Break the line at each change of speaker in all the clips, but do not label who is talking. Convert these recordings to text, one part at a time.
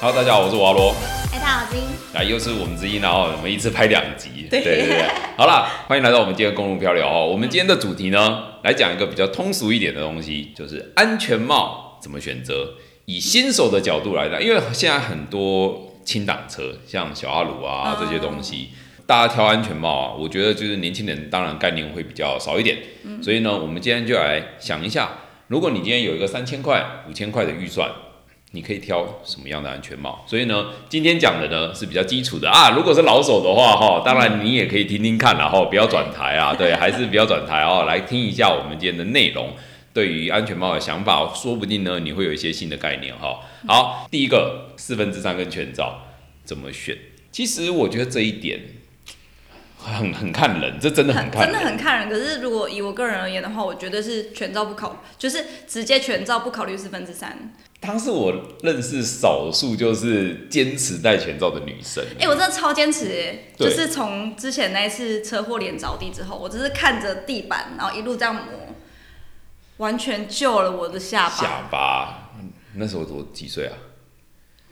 Hello，大家好，我是瓦罗，
哎，大脑筋，
啊，又是我们之一，然后我们一次拍两集，
对
对对。好啦，欢迎来到我们今天的公路漂流哦。我们今天的主题呢，来讲一个比较通俗一点的东西，就是安全帽怎么选择。以新手的角度来讲，因为现在很多轻档车，像小阿鲁啊这些东西。大家挑安全帽啊，我觉得就是年轻人当然概念会比较少一点，所以呢，我们今天就来想一下，如果你今天有一个三千块、五千块的预算，你可以挑什么样的安全帽？所以呢，今天讲的呢是比较基础的啊。如果是老手的话哈，当然你也可以听听看啦哈，不要转台啊，对， 还是不要转台哦，来听一下我们今天的内容。对于安全帽的想法，说不定呢你会有一些新的概念哈。好，第一个四分之三跟全罩怎么选？其实我觉得这一点很很看人，这真的很
很
看
真的
人。
很看人。可是如果以我个人而言的话，我觉得是全照不考，就是直接全照不考虑四分之三。
她是我认识少数就是坚持戴全罩的女生。
哎、我真的超坚持、欸，
对
就是从之前那一次车祸脸着地之后，我只是看着地板，然后一路这样磨，完全救了我的下巴。
下巴，嗯那时候我几岁啊？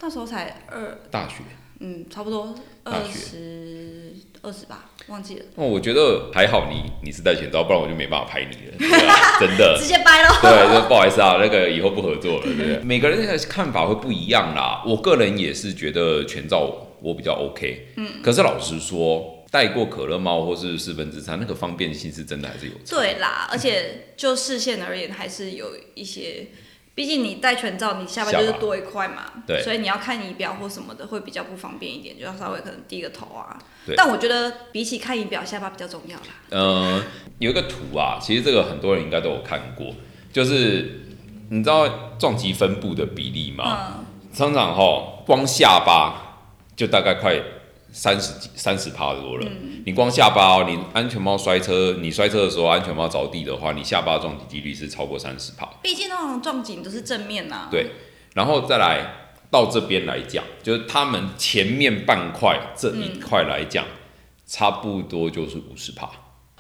那时候才二，
大学。
嗯，差不多
大
二
学
十二十吧，忘记了，
哦，我觉得还好你你是戴全罩，不然我就没办法拍你了，对啊真的
直。接掰了。
对，就不好意思啊，那个以后不合作了，对不对？每个人的看法会不一样啦。我个人也是觉得全罩我比较 OK，嗯。可是老实说，戴过可乐帽或是四分之三，那个方便性是真的还是有差。
对啦，而且就视线而言，还是有一些，毕竟你戴全罩，你下巴就是
下巴
多一块嘛，
对
所以你要看仪表或什么的，会比较不方便一点，就要稍微可能低个头啊
对。
但我觉得比起看仪表，下巴比较重要啦。
呃，有一个图啊，其实这个很多人应该都有看过，就是你知道撞击分布的比例吗？
嗯，
常常哈，光下巴就大概快三十几、三十趴多了。你光下巴哦，你安全帽摔车，你摔车的时候安全帽着地的话，你下巴撞击几率是超过三十趴。
毕竟那种撞景都是正面呐、啊。
对然后再来到这边来讲，就是他们前面半块这一块来讲，差不多就是五十趴。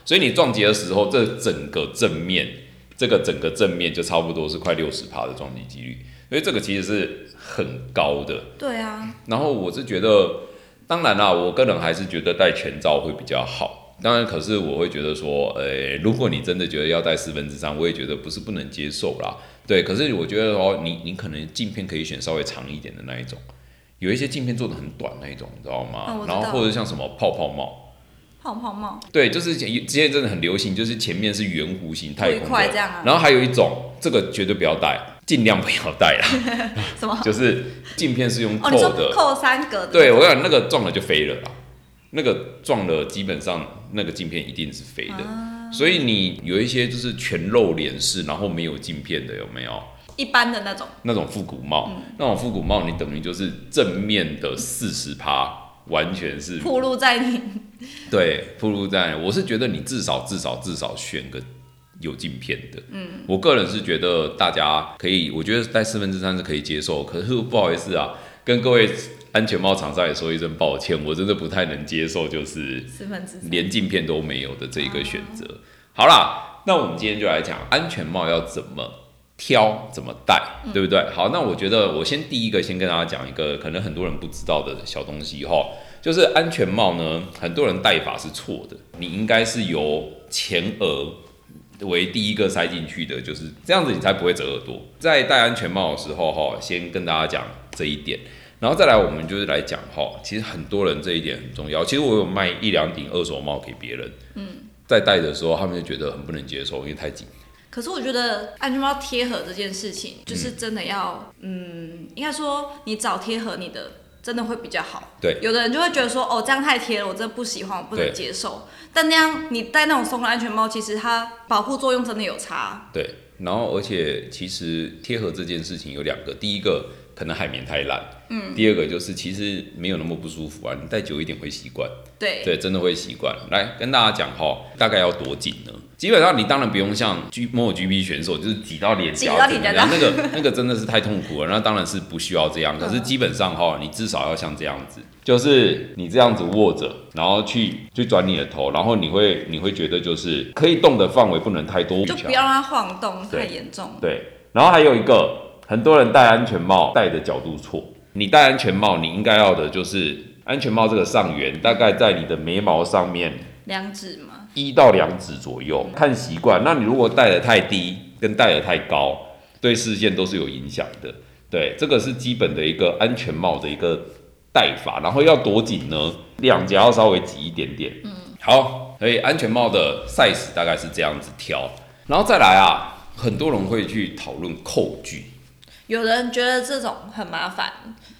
所以你撞击的时候，这整个正面，这个整个正面就差不多是快六十趴的撞击几率，所以这个其实是很高的。
对啊，
然后我是觉得，当然啦，我个人还是觉得戴全罩会比较好。当然，可是我会觉得说，呃、如果你真的觉得要戴四分之三，我也觉得不是不能接受啦。对，可是我觉得哦，你你可能镜片可以选稍微长一点的那一种，有一些镜片做的很短那一种，你知道吗？
哦我知
然后
道
或者像什么泡泡帽，
泡泡帽，
对，就是之前真的很流行，就是前面是圆弧形太空
多一
的
块，这样啊
然后还有一种，这个绝对不要戴，尽量不要戴啦，
什么？
就是镜片是用
哦，
扣
你说
的，
扣三格的？
对，我想那个撞了就飞了啦，那个撞了基本上那个镜片一定是飞的，所以你有一些就是全露脸式，然后没有镜片的有没有？
一般的那种。
那种复古帽，那种复古帽你等于就是正面的四十趴，完全是
铺路在你，
对铺路在。我是觉得你至少至少至少选个有镜片的，嗯，我个人是觉得大家可以，我觉得戴四分之三是可以接受，可是不好意思啊，跟各位安全帽厂商也说一声抱歉，我真的不太能接受，就是
四分之三。
连镜片都没有的这一个选择。好啦，那我们今天就来讲安全帽要怎么挑、怎么戴，对不对？好，那我觉得我先第一个先跟大家讲一个可能很多人不知道的小东西哈，就是安全帽呢，很多人戴法是错的，你应该是由前额。为第一个塞进去的，就是这样子，你才不会折耳朵。在戴安全帽的时候，哈，先跟大家讲这一点。然后再来，我们就是来讲哈，其实很多人这一点很重要。其实我有卖一两顶二手帽给别人，嗯，在戴的时候，他们就觉得很不能接受，因为太紧。
可是我觉得安全帽贴合这件事情，就是真的要，嗯，应该说你找贴合你的，真的会比较好。
对
有的人就会觉得说，哦，这样太贴了，我真的不喜欢，我不能
对
接受。但那样你戴那种松的安全帽，其实它保护作用真的有差。
对，然后而且其实贴合这件事情有两个，第一个可能海绵太烂，嗯，第二个就是其实没有那么不舒服啊，你戴久一点会习惯。
对，
对，真的会习惯。来跟大家讲哈，大概要多紧呢？基本上你当然不用像 G 某某 GB 选手，就是挤到脸
挤
颊
到
怎么
脸颊
样，那个那个真的是太痛苦了。那当然是不需要这样，可
嗯
是基本上哈，你至少要像这样子，就是你这样子握着，然后去去转你的头，然后你会你会觉得就是可以动的范围不能太多，
就不要让它晃动
对
太严重。
对。然后还有一个，很多人戴安全帽戴的角度错，你戴安全帽，你应该要的就是安全帽这个上缘大概在你的眉毛上面
两指嘛，
一到两指左右，看习惯。那你如果戴的太低，跟戴的太高，对视线都是有影响的。对，这个是基本的一个安全帽的一个戴法，然后要多紧呢，两颊要稍微挤一点点。嗯，好，所以安全帽的 size 大概是这样子挑，然后再来啊，很多人会去讨论扣具，
有人觉得这种很麻烦，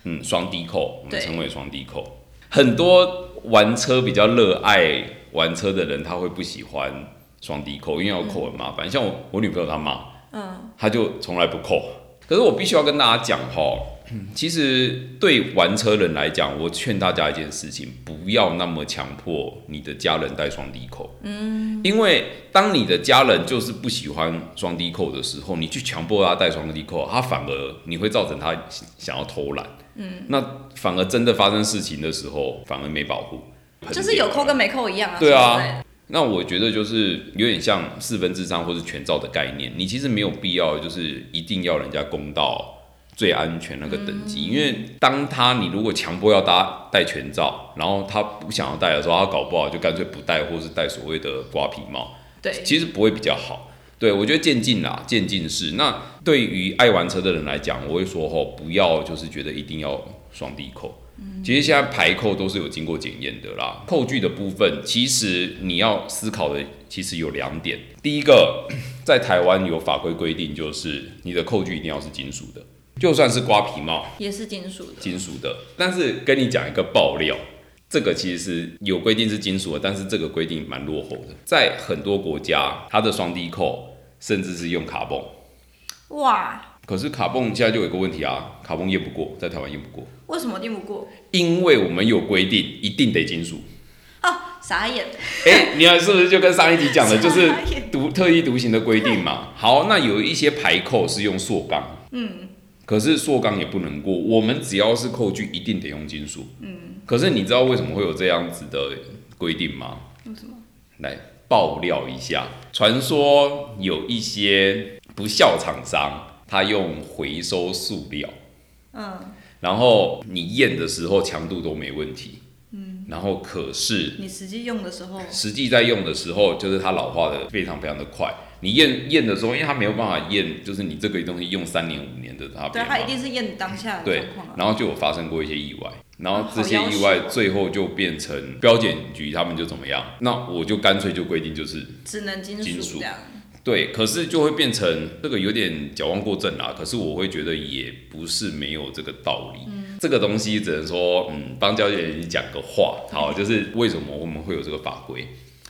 嗯，双低扣，我们
对
称为双低扣。很多玩车比较热爱玩车的人，他会不喜欢双低扣，因为要扣很麻烦。像我我女朋友她妈，
嗯，
她就从来不扣。可是我必须要跟大家讲哈，其实对玩车人来讲，我劝大家一件事情，不要那么强迫你的家人戴双低扣。嗯，因为当你的家人就是不喜欢双低扣的时候，你去强迫他戴双低扣，他反而你会造成他想要偷懒。嗯，那反而真的发生事情的时候，反而没保护，
就是有扣跟没扣一样啊，
对啊
之类的，
那我觉得就是有点像四分之三或是全照的概念，你其实没有必要就是一定要人家公到最安全那个等级，因为当他你如果强迫要搭戴全罩，然后他不想要戴的时候，他搞不好就干脆不戴，或是戴所谓的瓜皮帽，
对，
其实不会比较好。对，我觉得渐进啦，渐进式。那对于爱玩车的人来讲，我会说吼，不要就是觉得一定要双低扣。其实现在排扣都是有经过检验的啦。扣具的部分，其实你要思考的其实有两点。第一个，在台湾有法规规定，就是你的扣具一定要是金属的，就算是瓜皮帽，
也是金属的，
金属的。但是跟你讲一个爆料，这个其实是有规定是金属的，但是这个规定蛮落后的，在很多国家，它的双低扣甚至是用卡泵。
哇，
可是卡泵现在就有一个问题啊，卡泵验不过，在台湾验不过，
为什么定不过？
因为我们有规定一定得金属。
哦，傻眼，
哎、你看是不是就跟上一集讲的，就是
傻眼
独特立独行的规定嘛？好，那有一些排扣是用塑钢，嗯，可是塑钢也不能过，我们只要是扣具一定得用金属，嗯，可是你知道为什么会有这样子的规定吗？
为什么？
来爆料一下，传说有一些不孝厂商，他用回收塑料，
嗯，
然后你验的时候强度都没问题，嗯，然后可是
你实际用的时候，
实际在用的时候，就是它老化的非常非常的快。你验验的时候，因为它没有办法验，就是你这个东西用三年五年的它
对
变
啊，它一
化，
定是验当下的
对
状况啊，
然后就有发生过一些意外，然后
啊
这些
好要
意外
求哦
最后就变成标检局他们就怎么样，那我就干脆就规定就是
只能金
金
属
属
这样，
对，可是就会变成这个有点矫枉过正啦。可是我会觉得也不是没有这个道理。这个东西只能说，嗯，帮教练你讲个话，好，就是为什么我们会有这个法规？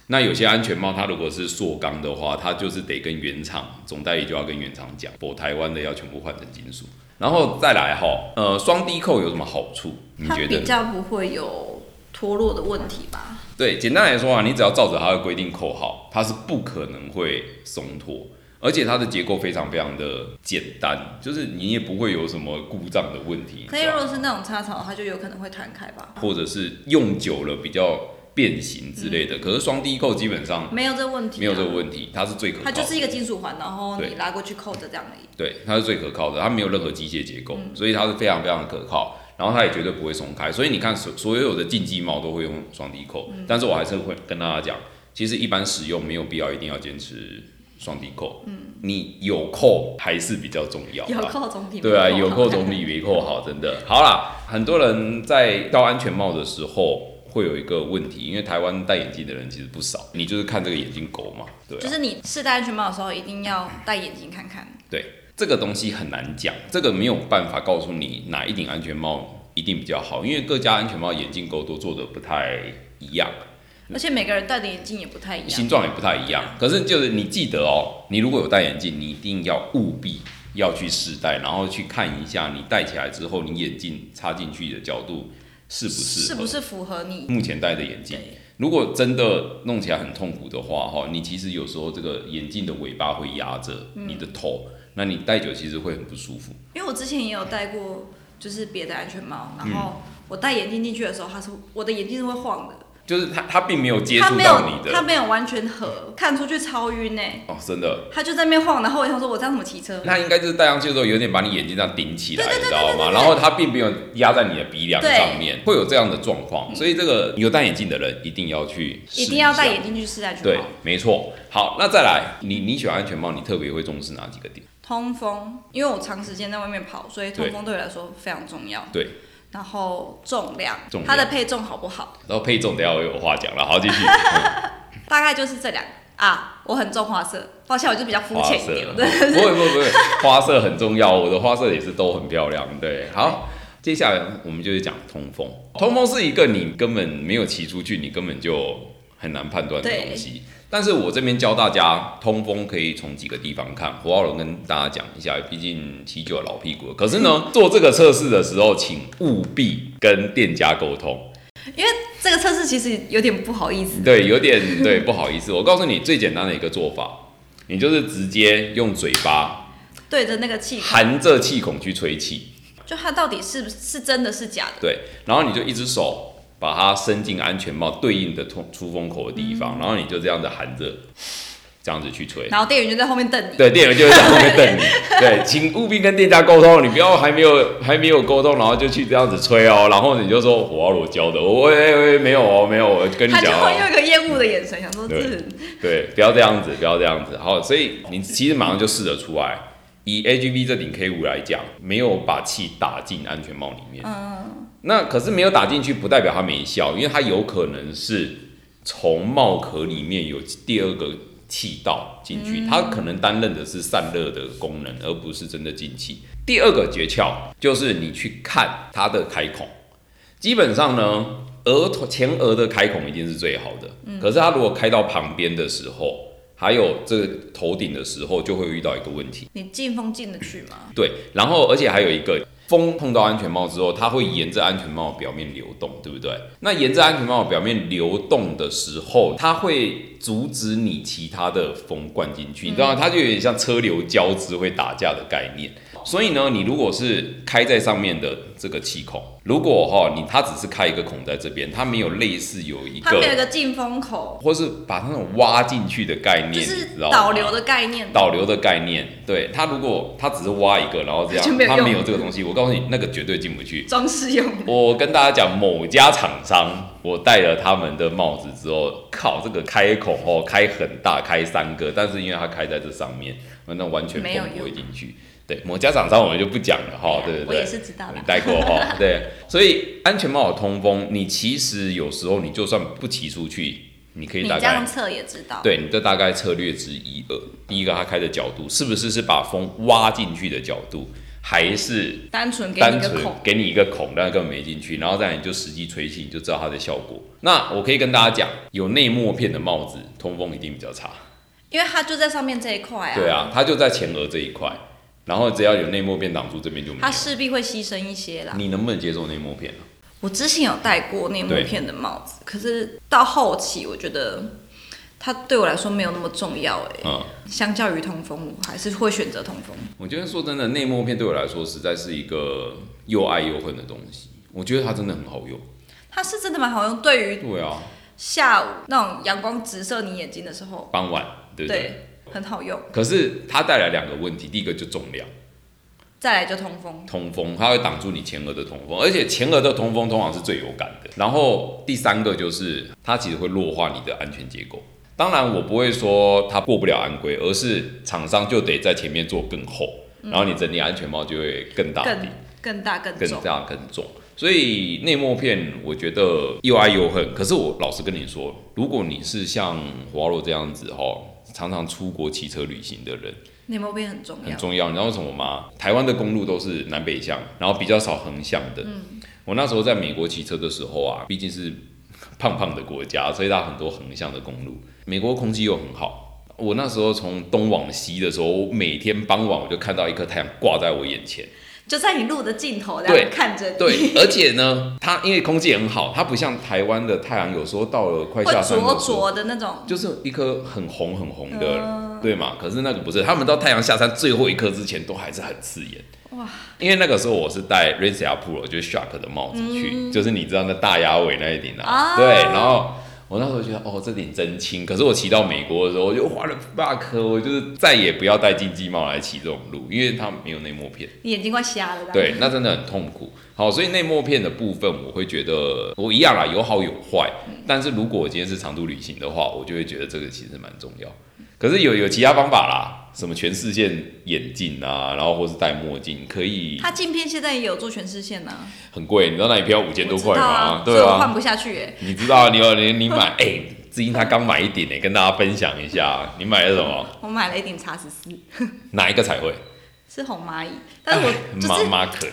那有些安全帽，它如果是塑钢的话，它就是得跟原厂总代理就要跟原厂讲，我台湾的要全部换成金属。然后再来哈，呃，双低扣有什么好处？你
它
觉得
比
呢？
较不会有脱落的问题吧？
对，简单来说啊，你只要照着它的规定扣好，它是不可能会松脱，而且它的结构非常非常的简单，就是你也不会有什么故障的问题。
可以，如果是那种插槽，它就有可能会弹开吧？
或者是用久了比较变形之类的，
嗯
可是双低扣基本上
没有这问题、啊，
没有这个问题，它是最可靠
它
的。
就是一个金属环，然后
对
你拉过去扣着这样而已。
对，它是最可靠的，它没有任何机械结构，所以它是非常非常可靠。然后它也绝对不会松开，所以你看所所有的竞技帽都会用双低扣，但是我还是会跟大家讲，其实一般使用没有必要一定要坚持双低扣，嗯，你有扣还是比较重要啦，
有扣总体
对啊，
没
有
好
扣总 比没扣好，真的。好啦，很多人在戴安全帽的时候会有一个问题，因为台湾戴眼镜的人其实不少，你就是看这个眼镜狗嘛，对、啊，
就是你试戴安全帽的时候，一定要戴眼镜看看。
对，这个东西很难讲，这个没有办法告诉你哪一顶安全帽一定比较好，因为各家安全帽眼镜钩都做的不太一样，嗯
而且每个人戴的眼镜也不太一样
形，状也不太一样。可是就是你记得哦，你如果有戴眼镜，你一定要务必要去试戴，然后去看一下你戴起来之后，你眼镜插进去的角度适不适
是
合
不是符合你？
目前戴的眼镜。
对
如果真的弄起来很痛苦的话，哈，你其实有时候这个眼镜的尾巴会压着你的头，
嗯
那你戴久其实会很不舒服。
因为我之前也有
嗯
戴过，就是别的安全帽，然后我戴眼镜进去的时候，它是我的眼镜是会晃的，
就是他他并没有接
他
触
没
到
有
你
他
的
没有完全合，看出去超晕呢、
哦，真的，
他就在那边晃，然后我想说我这样怎么骑车？
那应该就是戴上去的时候，有点把你眼睛这样顶起来，
对对
你
对
知道
对对
吗？
对
然后它并没有压在你的鼻梁
对嗯
上面，会有这样的状况。所以这个有戴眼镜的人一定要去试
一
一
定要
下
戴眼镜去试安全
对
帽。，
没错。好，那再来，你你喜欢安全帽，你特别会重视哪几个点？
通风，因为我长时间在外面跑，所以通风对我来说非常重要。
对，
然后重量，
重量
它的配重好不好？
然后配重等一下我有话讲了，好，继 续。嗯
大概就是这两个啊。我很重花色，抱歉，我就比较肤
花
浅一
色，
点。
不
对，
会不会不会，花色很重要，我的花色也是都很漂亮。对，哦好。接下来我们就是讲通风，通风是一个你根本没有骑出去，你根本就很难判断的
对
东西。但是我这边教大家通风可以从几个地方看，胡浩龙跟大家讲一下，毕竟骑久了老屁股了。可是呢， 做这个测试的时候，请务必跟店家沟通，
因为这个测试其实有点不好意思。
对，有点对，不好意思，我告诉你最简单的一个做法，你就是直接用嘴巴
对着那个气孔，
含着气孔去吹气，
就它到底是不是是真的是假的？
对，然后你就一只手把它伸进安全帽对应的通出风口的地
嗯
方，然后你就这样子含着，这样子去吹。
然后店员就在后面瞪你。
对，店员就会在后面等你。对，请务必跟店家沟通，你不要还没有还没有沟通，然后就去这样子吹哦，然后你就说我要裸教的，我喂喂喂没有哦，没有，我跟你
他就
讲
会用
哦，
一个厌恶的眼神，想说这
对
人
对，不要这样子，不要这样子。好，所以你其实马上就试得出来。以 A G B 这顶 K 五来讲，没有把气打进安全帽里面，那可是没有打进去，不代表它没效，因为它有可能是从帽壳里面有第二个气道进去，它可能担任的是散热的功能，而不是真的进气。第二个诀窍就是你去看它的开孔，基本上呢，额头前额的开孔一定是最好的，可是它如果开到旁边的时候，还有这个头顶的时候，就会遇到一个问题。
你进风进得去吗？
对，然后而且还有一个，风碰到安全帽之后，它会沿着安全帽表面流动，对不对？那沿着安全帽表面流动的时候，它会阻止你其他的风灌进
嗯
去，你知道吗？它就有点像车流交织会打架的概念。所以呢，你如果是开在上面的这个气孔，如果哈、你它只是开一个孔在这边，它没有类似有一
它没有一
个，
个进风口，
或是把那种挖进去的概念，
就
你
是
知道吗
导流的概念。
导流的概念，对它如果它只是挖一个，然后这
就
样，
没有
它
用
没有这个东西，我告诉你，那个绝对进不去。
装饰用的，
我跟大家讲，某家厂商，我戴了他们的帽子之后，靠，这个开孔哦，开很大，开三个，但是因为它开在这上面，那完全
没有
风不会
用
进去。对，某家厂商我们就不讲了哈，对不
我
对
也？是知道
你
啦。
戴过哈，对，所以安全帽有通风，你其实有时候你就算不骑出去，你可以
你
大
这
概
样测也知道。
对，你这大概策略之一二。第一个，它开的角度是不是是把风挖进去的角度，还是
单纯给你
单
一个
纯
孔，
给你一个孔，但根本没进去，然后再来你就实际吹气，你就知道它的效果。那我可以跟大家讲，有内膜片的帽子通风一定比较差。
因为它就在上面这一块啊。
对，啊，它就在前额这一块，然后只要有内膜片挡住这边就没有
它。势必会牺牲一些啦。
你能不能接受内膜片啊？
我之前有戴过内幕片的帽子，可是到后期我觉得它对我来说没有那么重要哎、
嗯，
相较于通风，我还是会选择通风。
我觉得说真的，内膜片对我来说实在是一个又爱又恨的东西。我觉得它真的很好用。
它是真的蛮好用，对于
对啊，
下午那种阳光直射你眼睛的时候，
傍晚对不对
对，很好用。
可是它带来两个问题，第一个就重量
再来就通风，
通风，它会挡住你前额的通风，而且前额的通风通常是最有感的。然后第三个就是它其实会弱化你的安全结构。当然，我不会说它过不了安规，而是厂商就得在前面做更厚，然后你整体安全帽就会更大
更
底、
更大更
更
重。
大、更重。所以内膜片我觉得又爱又恨。可是我老实跟你说，如果你是像华罗这样子哈，常常出国骑车旅行的人，
内膜片很重要，
很重要。你知道为什么吗？台湾的公路都是南北向，然后比较少横向的。
嗯
我那时候在美国骑车的时候啊，毕竟是 胖胖的国家，所以它很多横向的公路。美国空气又很好。我那时候从东往西的时候，我每天傍晚我就看到一颗太阳挂在我眼前。
就在你路的尽头，然
对
后看着你，
对，而且呢，它因为空气很好，它不像台湾的太阳，有时候到了快
会
下山的时
灼
候，
灼的那种，
就是一颗很红
嗯
很红的，对嘛？可是那个不是，他们到太阳下山最后一刻之前都还是很刺眼。
哇！
因为那个时候我是戴 r a c e a Pro 就是 Shark 的帽子去，
嗯
就是你知道那大鸭尾那一顶啊，
啊
对，然后。我那时候觉得哦，这顶真轻。可是我骑到美国的时候，我就花了 fuck，我就是再也不要戴竞技帽来骑这种路，因为它没有内膜片。
你眼睛快瞎了吧？
对，那真的很痛苦。好，所以内膜片的部分，我会觉得我一样啦，有好有坏。
嗯
但是如果我今天是长途旅行的话，我就会觉得这个其实蛮重要。可是有有其他方法啦，什么全视线眼镜啊，然后或是戴墨镜，可以
它镜片现在也有做全视线呢、啊，
很贵，你知道那一票五千多
我
块
知
吗？
道啊，所
对
以我换
啊，
不下去耶。
你知道啊你有你你买哎、最近他刚买一顶呢、跟大家分享一下，啊你买了什么？
我买了一顶叉十四，
哪一个彩绘？
是红蚂蚁，但是我就
马
是
马可，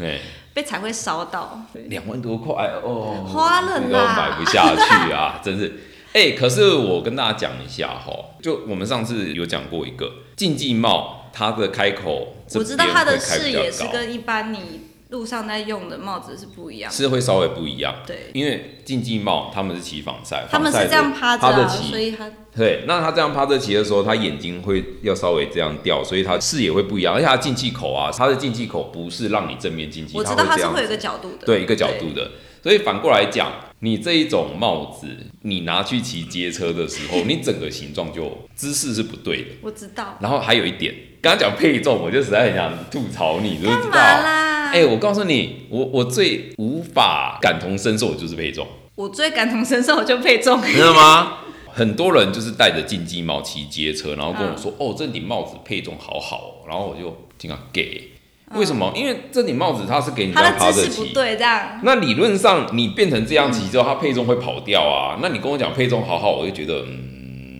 哎，
被彩绘烧到，
两万多块哦，
花了啦
这个买不下去 啊，真是。哎、可是我跟大家讲一下哈，就我们上次有讲过一个竞技帽，它的开口这
我知道它的
边会开
视
比较
野是
高
跟一般你路上在用的帽子是不一样的。
是会稍微不一样，
对，
因为竞技帽他们是骑防晒，
他们是
防晒
这样趴着、
趴着
啊，
骑
所以它
对，那他这样趴着骑的时候，他眼睛会要稍微这样掉，所以他视野会不一样，而且他进气口啊，他的进气口不是让你正面进气，
我知道它
它
是
会
会
这
有一
样
个角度的，
对一个角度的。所以反过来讲，你这一种帽子，你拿去骑街车的时候，你整个形状就姿势是不对的。
我知道。
然后还有一点，刚刚讲配重，我就实在很想吐槽你，知不
干
知
嘛
道？
啦？
哎、我告诉你，我我最无法感同身受的就是配重。
我最感同身受，我就配中。
真的吗？ 很多人就是戴着竞技帽骑街车，然后跟
嗯
我说：“哦，这顶帽子配重好好哦。”然后我就经常给，为什么？因为这顶帽子它是给你这
嗯它
样趴
的姿
着
势不
骑。
对，这样
那理论上你变成这样骑之后，它配重会跑掉啊。那你跟我讲配重好好，我就觉得嗯，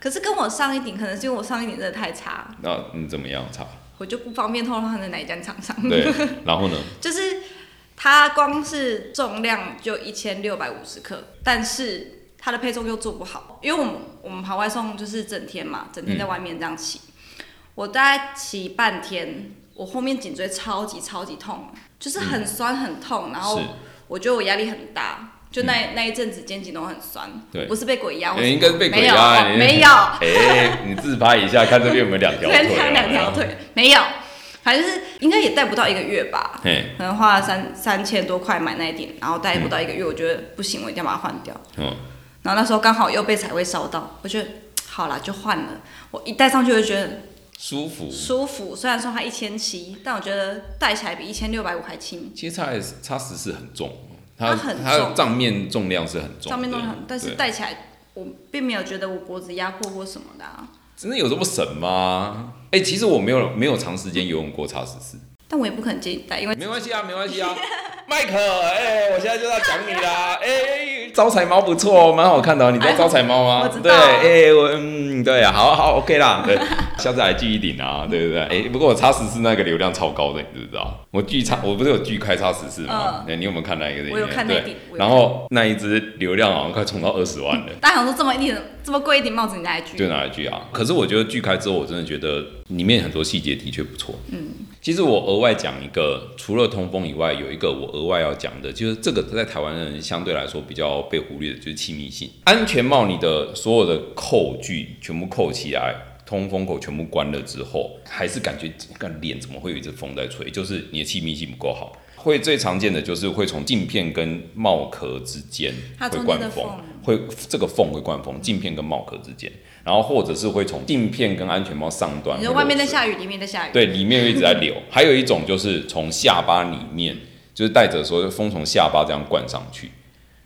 可是跟我上一顶，可能是因为我上一顶真的太差，
那你怎么样差？
我就不方便透露它的哪一家厂商。
对，然后呢？
就是它光是重量就一千六百五十克，但是它的配重又做不好，因为我们我们跑外送就是整天嘛，整天在外面这样骑，我大概骑半天，我后面颈椎超级超级痛，就是很酸很痛，然后
是嗯
我觉得我压力很大。就那、那一阵子肩颈都很酸，
对
不是被鬼压，我
你应该是被鬼
没有
压，
哦
你
没有，
哎、你自拍一下，看这边有没有 两条腿、啊？
两 两条。腿没有，反正就是应该也戴不到一个月吧，
嘿，
可能花了三三千多块买那一顶，然后戴不到一个月，我觉得不行，我一定要把它换掉。
嗯，
然后那时候刚好又被彩绘烧到，我觉得好啦，就换了。我一戴上去就觉得
舒服。
舒服，虽然说它一千七，但我觉得戴起来比一千六百五还轻，
其实叉 S 叉十是很重，
它
它
很重
它的账面重量是很重的，
上面弄得很，但是
对
戴起来我并没有觉得我脖子压迫或什么的、啊，
真的有这么神吗？哎、其实我没有没有长时间游泳过叉十四，
但我也不肯建议戴，因为
没关系啊，没关系 啊。麦克，哎、我现在就要讲你啦，哎、招财猫不错哦，蛮好看的哦。你在招财猫吗？
哎我知
对，
道
哎、我嗯，对啊，好好，OK 啦， 对，下次来聚一顶啊，对不对？哎、不过我叉十四那个流量超高的，你知不知道？我巨叉，我不是有巨开叉十四吗哎
嗯？
对你有没有看那一个影片？
我有看那
对
一顶我有
然后那一只流量好像快冲到二十万了。
大家想说这么一顶这么贵一顶帽子你拿来
就
举，
拿来锯啊。可是我觉得锯开之后，我真的觉得里面很多细节的确不错。嗯，其实我额外讲一个，除了通风以外，有一个我额外要讲的，就是这个在台湾人相对来说比较被忽略的，就是气密性。安全帽你的所有的扣具全部扣起来。通风口全部关了之后，还是感觉干脸怎么会有一阵风在吹？就是你的气密性不够好。会最常见的就是会从镜片跟帽壳之间
它
会
中间
灌
的
风
缝，
会这个缝会灌风，镜片跟帽壳之间，然后或者是会从镜片跟安全帽上端，
你说外面在
雨，
下雨，里面在下雨，
对，里面又一直在流。还有一种就是从下巴里面，就是戴着的时候就风从下巴这样灌上去。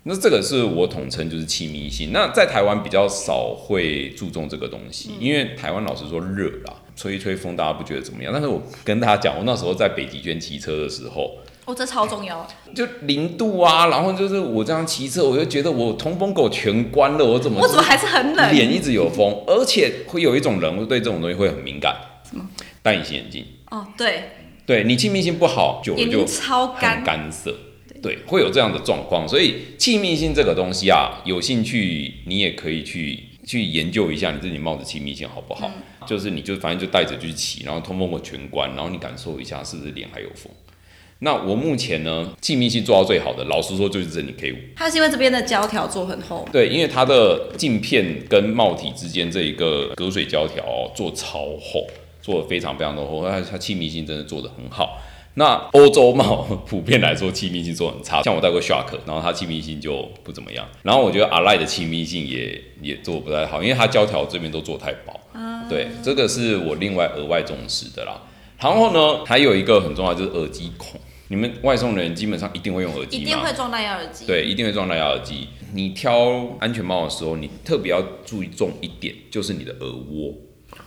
那这个是我统称就是气密性。那在台湾比较少会注重这个东西，
嗯
因为台湾老实说热啦，吹一吹风大家不觉得怎么样。但是我跟大家讲，我那时候在北极圈骑车的时候，
哦，这超重要，
就零度啊，然后就是我这样骑车，我就觉得我通风口全关了，我怎么
我怎么还是很冷？
脸一直有风，而且会有一种人会对这种东西会很敏感。
什么？
戴隐形眼镜，
哦，对，
对你气密性不好，久了
眼
就
睛超
很
干，
干涩。对，会有这样的状况，所以气密性这个东西啊，有兴趣你也可以去去研究一下你自己帽子气密性好不好。就是你就反正就戴着去骑，然后通风口全关，然后你感受一下是不是脸还有风。那我目前呢，气密性做到最好的，老实说就是这里 K 五。
它是因为这边的胶条做很厚，
对，因为它的镜片跟帽体之间这一个隔水胶条、哦、做超厚，做的非常非常的厚，它它气密性真的做的很好。那欧洲帽 普遍来说气密性做得很差，像我戴过 Shark，然后它气密性就不怎么样。然后我觉得 Ally 的气密性也也做得不太好，因为它胶条这边都做太薄。
啊
对，这个是我另外额外重视的啦。然后呢，还有一个很重要就是耳机孔，你们外送人基本上一定会用耳机
一
吗？
定会装蓝牙耳机。，
对，一定会撞到耳机。你挑安全帽的时候，你特别要注意重一点，就是你的耳蜗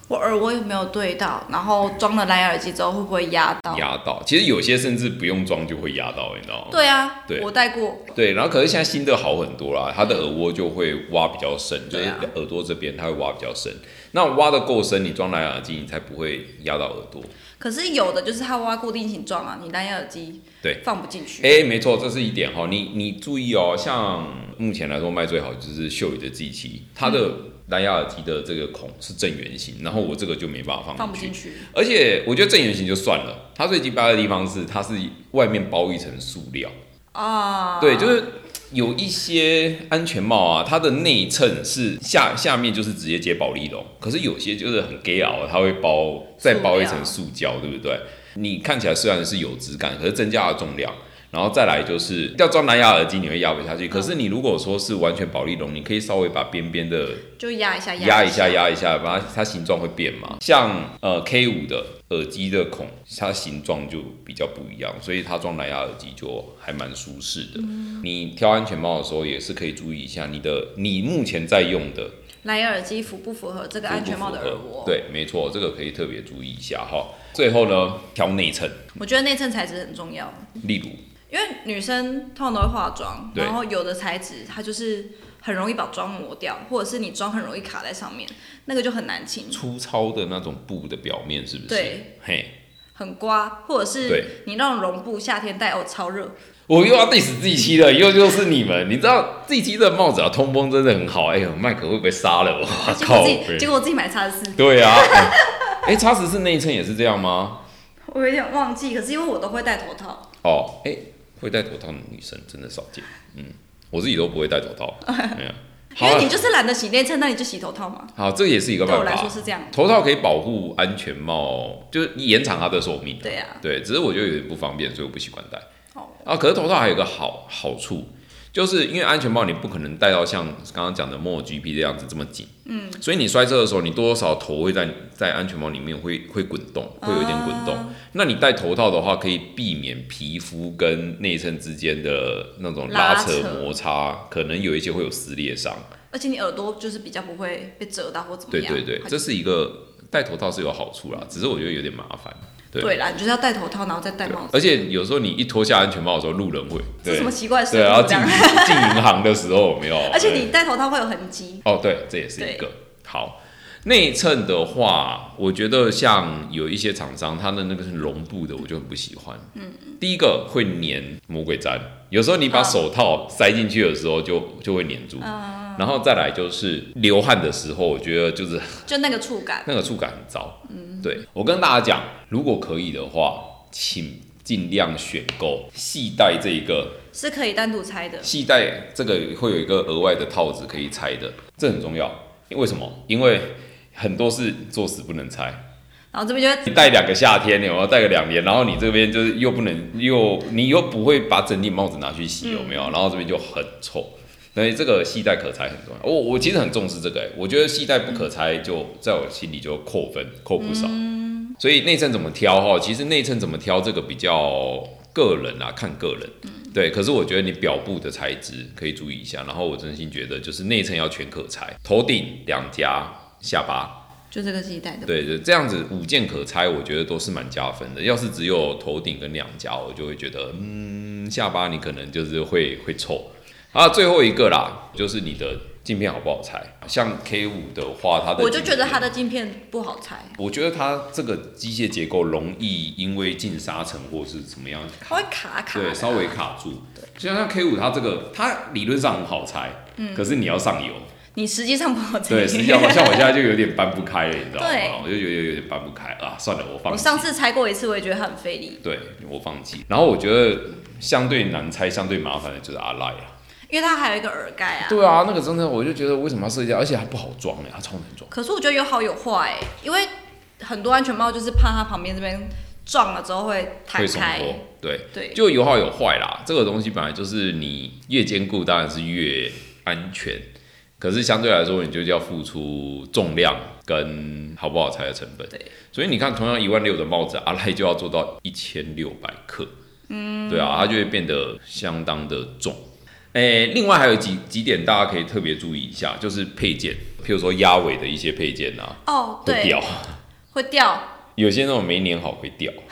我耳蜗有没有对到？然后装了蓝牙耳机之后会不会压到？
压到。其实有些甚至不用装就会压到，你知道吗？
对啊，
对
我戴过。
对，然后可是现在新的好很多啦，它的耳蜗就会挖比较深，就是
对啊
耳朵这边它会挖比较深。那挖的够深，你装蓝牙耳机，你才不会压到耳朵。
可是有的就是它挖固定形状啊，你蓝牙耳机
对
放不进去。
哎、没错，这是一点哈。你你注意哦，像目前来说卖最好就是秀宇的机器，它的
嗯
蓝牙耳机的这个孔是正圆形，然后我这个就没办法
放
放
不
进去
进。去，
而且我觉得正圆形就算了，它最鸡巴的地方是它是外面包一层塑料，
啊，
对，就是有一些安全帽啊，它的内衬是下下面就是直接接保丽龙，可是有些就是很 gay 袄，它会包再包一层塑胶，对不对？你看起来虽然是有质感，可是增加了重量。然后再来就是要装蓝牙耳机，你会压不下去。可是你如果说是完全保丽龙，你可以稍微把边边的
就压一下
压
一
一下，压一下，把它它形状会变嘛。像呃 K 五的耳机的孔，它形状就比较不一样，所以它装蓝牙耳机就还蛮舒适的。
嗯
你挑安全帽的时候也是可以注意一下你的你目前在用的
蓝牙耳机符不符合这个
符不
安全帽的
符合
耳蜗？，
对，没错，这个可以特别注意一下哈。最后呢，挑内衬，
我觉得内衬材质很重要，
例如
因为女生通常都会化妆，
对
然后有的材质它就是很容易把妆磨掉，或者是你妆很容易卡在上面，那个就很难清，
粗糙的那种布的表面，是不是？
对，
嘿。
很刮，或者
对
是你那种绒布夏天戴哦超热，
我又要 diss 自己七了，又就是你们，你知道自己七的帽子啊，通风真的很好。哎呦，麦克会不会杀了我？
结果
啊靠
我自
北
己结果我自己买叉十四，
对 啊，哎、x 叉十四内衬也是这样吗？
我有点忘记，可是因为我都会戴头套，
哦，哎、会戴头套的女生真的少见，嗯，我自己都不会戴头 套，没有。好
因为你
啊，
就是懒得洗内衬，那你就洗头套嘛，
好，这也是一个
对
办
我来
法。
说是这样，
头套可以保护安全帽，就是延长它的寿命。
对啊，
对，只是我觉得有点不方便，所以我不习惯戴。
哦，
啊，可是头套还有一个好好处，就是因为安全帽你不可能戴到像刚刚讲的墨 GP 这样子这么紧，嗯，所以你摔车的时候，你多多少头会在在安全帽里面会会滚动，会有一点滚动。
哦
那你戴头套的话，可以避免皮肤跟内衬之间的那种拉
拉
扯
扯
摩擦，可能有一些会有撕裂伤。
而且你耳朵就是比较不会被折到或怎么
对
样，
对对，
它
这
就是
一个戴头套是有好处啦，只是我觉得有点麻烦。对
对啦，你就是要戴头套，然后再戴帽子，
而且有时候你一脱下安全帽的时候，路人会
这
对
什么奇怪的事
对，然后
情？
进
这样
进银行的时候有没有？
而且你戴头套会有痕迹，
哦，对，这也是一个好。内衬的话，我觉得像有一些厂商，它的那个是绒布的，我就很不喜欢。嗯，第一个会粘魔鬼毡，有时候你把
啊
手套塞进去的时候就就会粘
嗯
住。然后再来就是流汗的时候，我觉得就是
就那个触感。
那个触感很糟。嗯，对我跟大家讲，如果可以的话，请尽量选购系带这一个
是可以单独拆的，
系带这个会有一个额外的套子可以拆的，这很重要。因为什么？因为很多是做死不能拆。
然后这边就会
你戴两个夏天，有没有戴个两年？然后你这边就是又不能又你又不会把整顶帽子拿去洗，有没有？然后这边就很臭。所以这个系带可拆很重要。我我其实很重视这个、欸，我觉得系带不可拆就，在我心里就扣分，扣不少。所以内衬怎么挑哈？其实内衬怎么挑这个比较个人啊，看个人。对，可是我觉得你表布的材质可以注意一下。然后我真心觉得就是内衬要全可拆，头顶、两颊、下巴。
就这个是一带的，
对对，这样子五件可拆，我觉得都是蛮加分的。要是只有头顶跟两颊，我就会觉得，嗯，下巴你可能就是会会臭。啊，最后一个啦，就是你的镜片好不好拆？像 K 五的话，它的
我就
镜
觉得它
片，
的镜片不好拆，
我觉得它这个机械结构容易因为进沙尘或是怎么样，
它会卡卡的，
对，稍微卡住。就像像 K 五它这个，它理论上很好拆，
嗯
可是你要上 油，
你实际上不好拆。
对，实际上像我现在就有点搬不开了，你知道
对
吗？我就觉得有点搬不开啊，算了，我放
我
弃
上次拆过一次，我也觉得很费力，
对我放弃。然后我觉得相对难拆、相对麻烦的就是阿赖啊。
因为它还有一个耳盖啊。
对啊，那个欸真的我就觉得为什么要设计这样，而且还不好装哎、它超难装。
可是我觉得有好有坏、欸，因为很多安全帽就是怕它旁边这边撞了之后会弹
会松
开。
脱，对，
对，
就有好有坏啦。这个东西本来就是你越坚固，当然是越安全，可是相对来说，你就要付出重量跟好不好拆的成本。
对，
所以你看，同样一万六的帽子，阿赖就要做到一千六百克。嗯，对啊，它就会变得相当的重。诶、另外还有几几点大家可以特别注意一下，就是配件，譬如说鸭尾的一些配件啊，
哦，
会
对，
掉，
会掉。
有些那种没粘好会掉。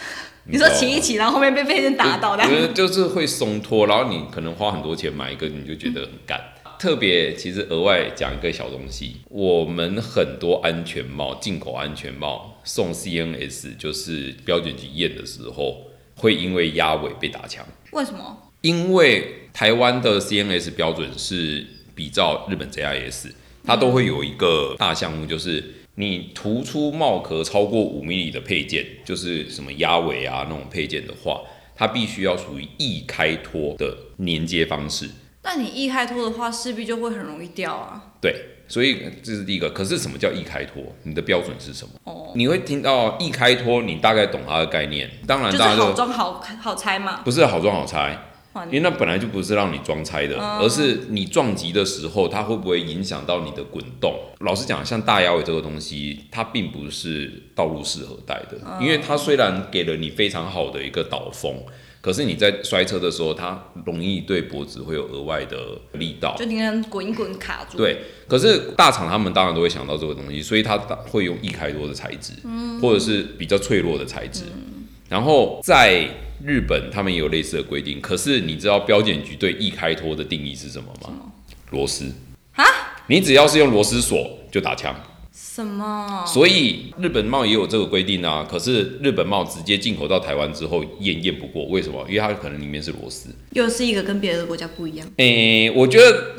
你说
知道
骑
吗
一骑，然后后面被飞针打到的
我，觉得就是会松脱，然后你可能花很多钱买一个，你就觉得很干。特别其实额外讲一个小东西，我们很多安全帽，进口安全帽送 CNS 就是标准局验的时候，会因为压尾被打枪，
为什么？
因为台湾的 CNS 标准是比照日本 JIS，它都会有一个大项目，就是你突出帽壳超过五米米的配件，就是什么鸭尾啊那种配件的话，它必须要属于易开脱的连接方式。
那你易开脱的话，势必就会很容易掉啊。
对，所以这是第一个。可是什么叫易开脱？你的标准是什么？
哦，
你会听到易开脱，你大概懂它的概念。当然，
就是
嗯大家
好
就
装好好拆嘛。
不是好装好拆，
哇
因为那本来就不是让你装拆的，而是你撞击的时候，它会不会影响到你的滚动？老实讲，像大摇尾这个东西，它并不是道路适合带的，因为它虽然给了你非常好的一个导风，可是你在摔车的时候，它容易对脖子会有额外的力道。
就你能滚一滚卡住。，
对，可是大厂他们当然都会想到这个东西，所以它会用易开多的材质，或者是比较脆弱的材质。然后在日本，他们也有类似的规定。可是你知道标检局对易开脱的定义是什么吗？螺丝
啊，
你只要是用螺丝锁就打枪。
什么？
所以日本帽也有这个规定啊。可是日本帽直接进口到台湾之后验验不过，为什么？因为它可能里面是螺丝。
又是一个跟别的国家不一样。
诶、我觉得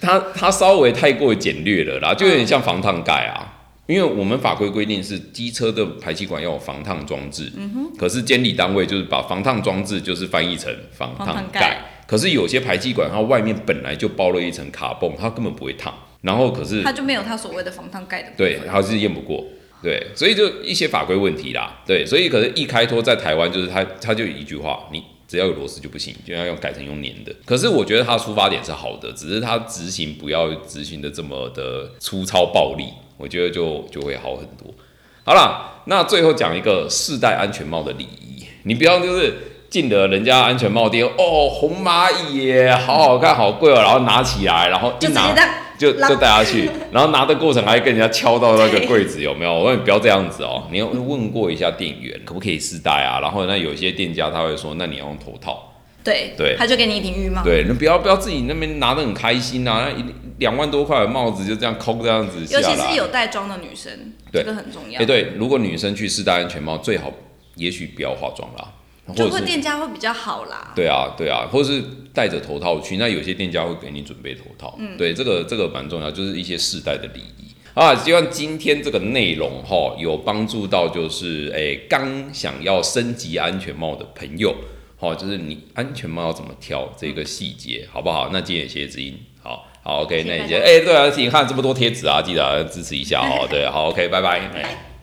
它它稍微太过简略了啦，就有点像防烫盖啊。因为我们法规规定是机车的排气管要有防烫装置，
嗯
可是监理单位就是把防烫装置就是翻译成防
防
烫
烫
盖
盖，
可是有些排气管它外面本来就包了一层卡泵，它根本不会烫，然后可是
它就没有它所谓的防烫盖的部分
对，还是验不过。对，所以就一些法规问题啦。对，所以可是一开脱在台湾就是他他就一句话，你只要有螺丝就不行，就要用改成用粘的。可是我觉得他出发点是好的，只是他执行不要执行的这么的粗糙暴力，我觉得就就会好很多。好啦，那最后讲一个世代安全帽的礼仪，你不要就是进了人家安全帽店，哦，红蚂蚁耶，好好看，好贵哦，然后拿起来，然后一
就直
拿
接这样
就
拉
就带他去，然后拿的过程还跟人家敲到那个柜子，有没有？我说你不要这样子哦，你要问过一下店员可不可以试戴啊？然后那有些店家他会说，那你要用头套，
对
对
它就给你一顶浴帽。
对，你不要不要自己那边拿的很开心啊，那一两万多块的帽子就这样空这样子下
尤
来，
其是有带妆的女生，
对
这个很重
哎、
要。
对，如果女生去试戴安全帽，最好也许不要化妆啦，或
就
者
会
是
店家会比较好啦。
对啊，对啊，或者是戴着头套去，那有些店家会给你准备头套。
嗯
对，这个这个蛮重要，就是一些世代的礼仪啊。希望今天这个内容哈，有帮助到就是诶刚想要升级安全帽的朋友，好，就是你安全帽要怎么挑这个细节，好不好？那今天也谢谢知音，好好 OK，
嗯谢谢
那你
大
觉
家
啊得哎对啊，你看这么多贴纸啊，记得支持一下哦。对，好 OK，拜拜。哎
拜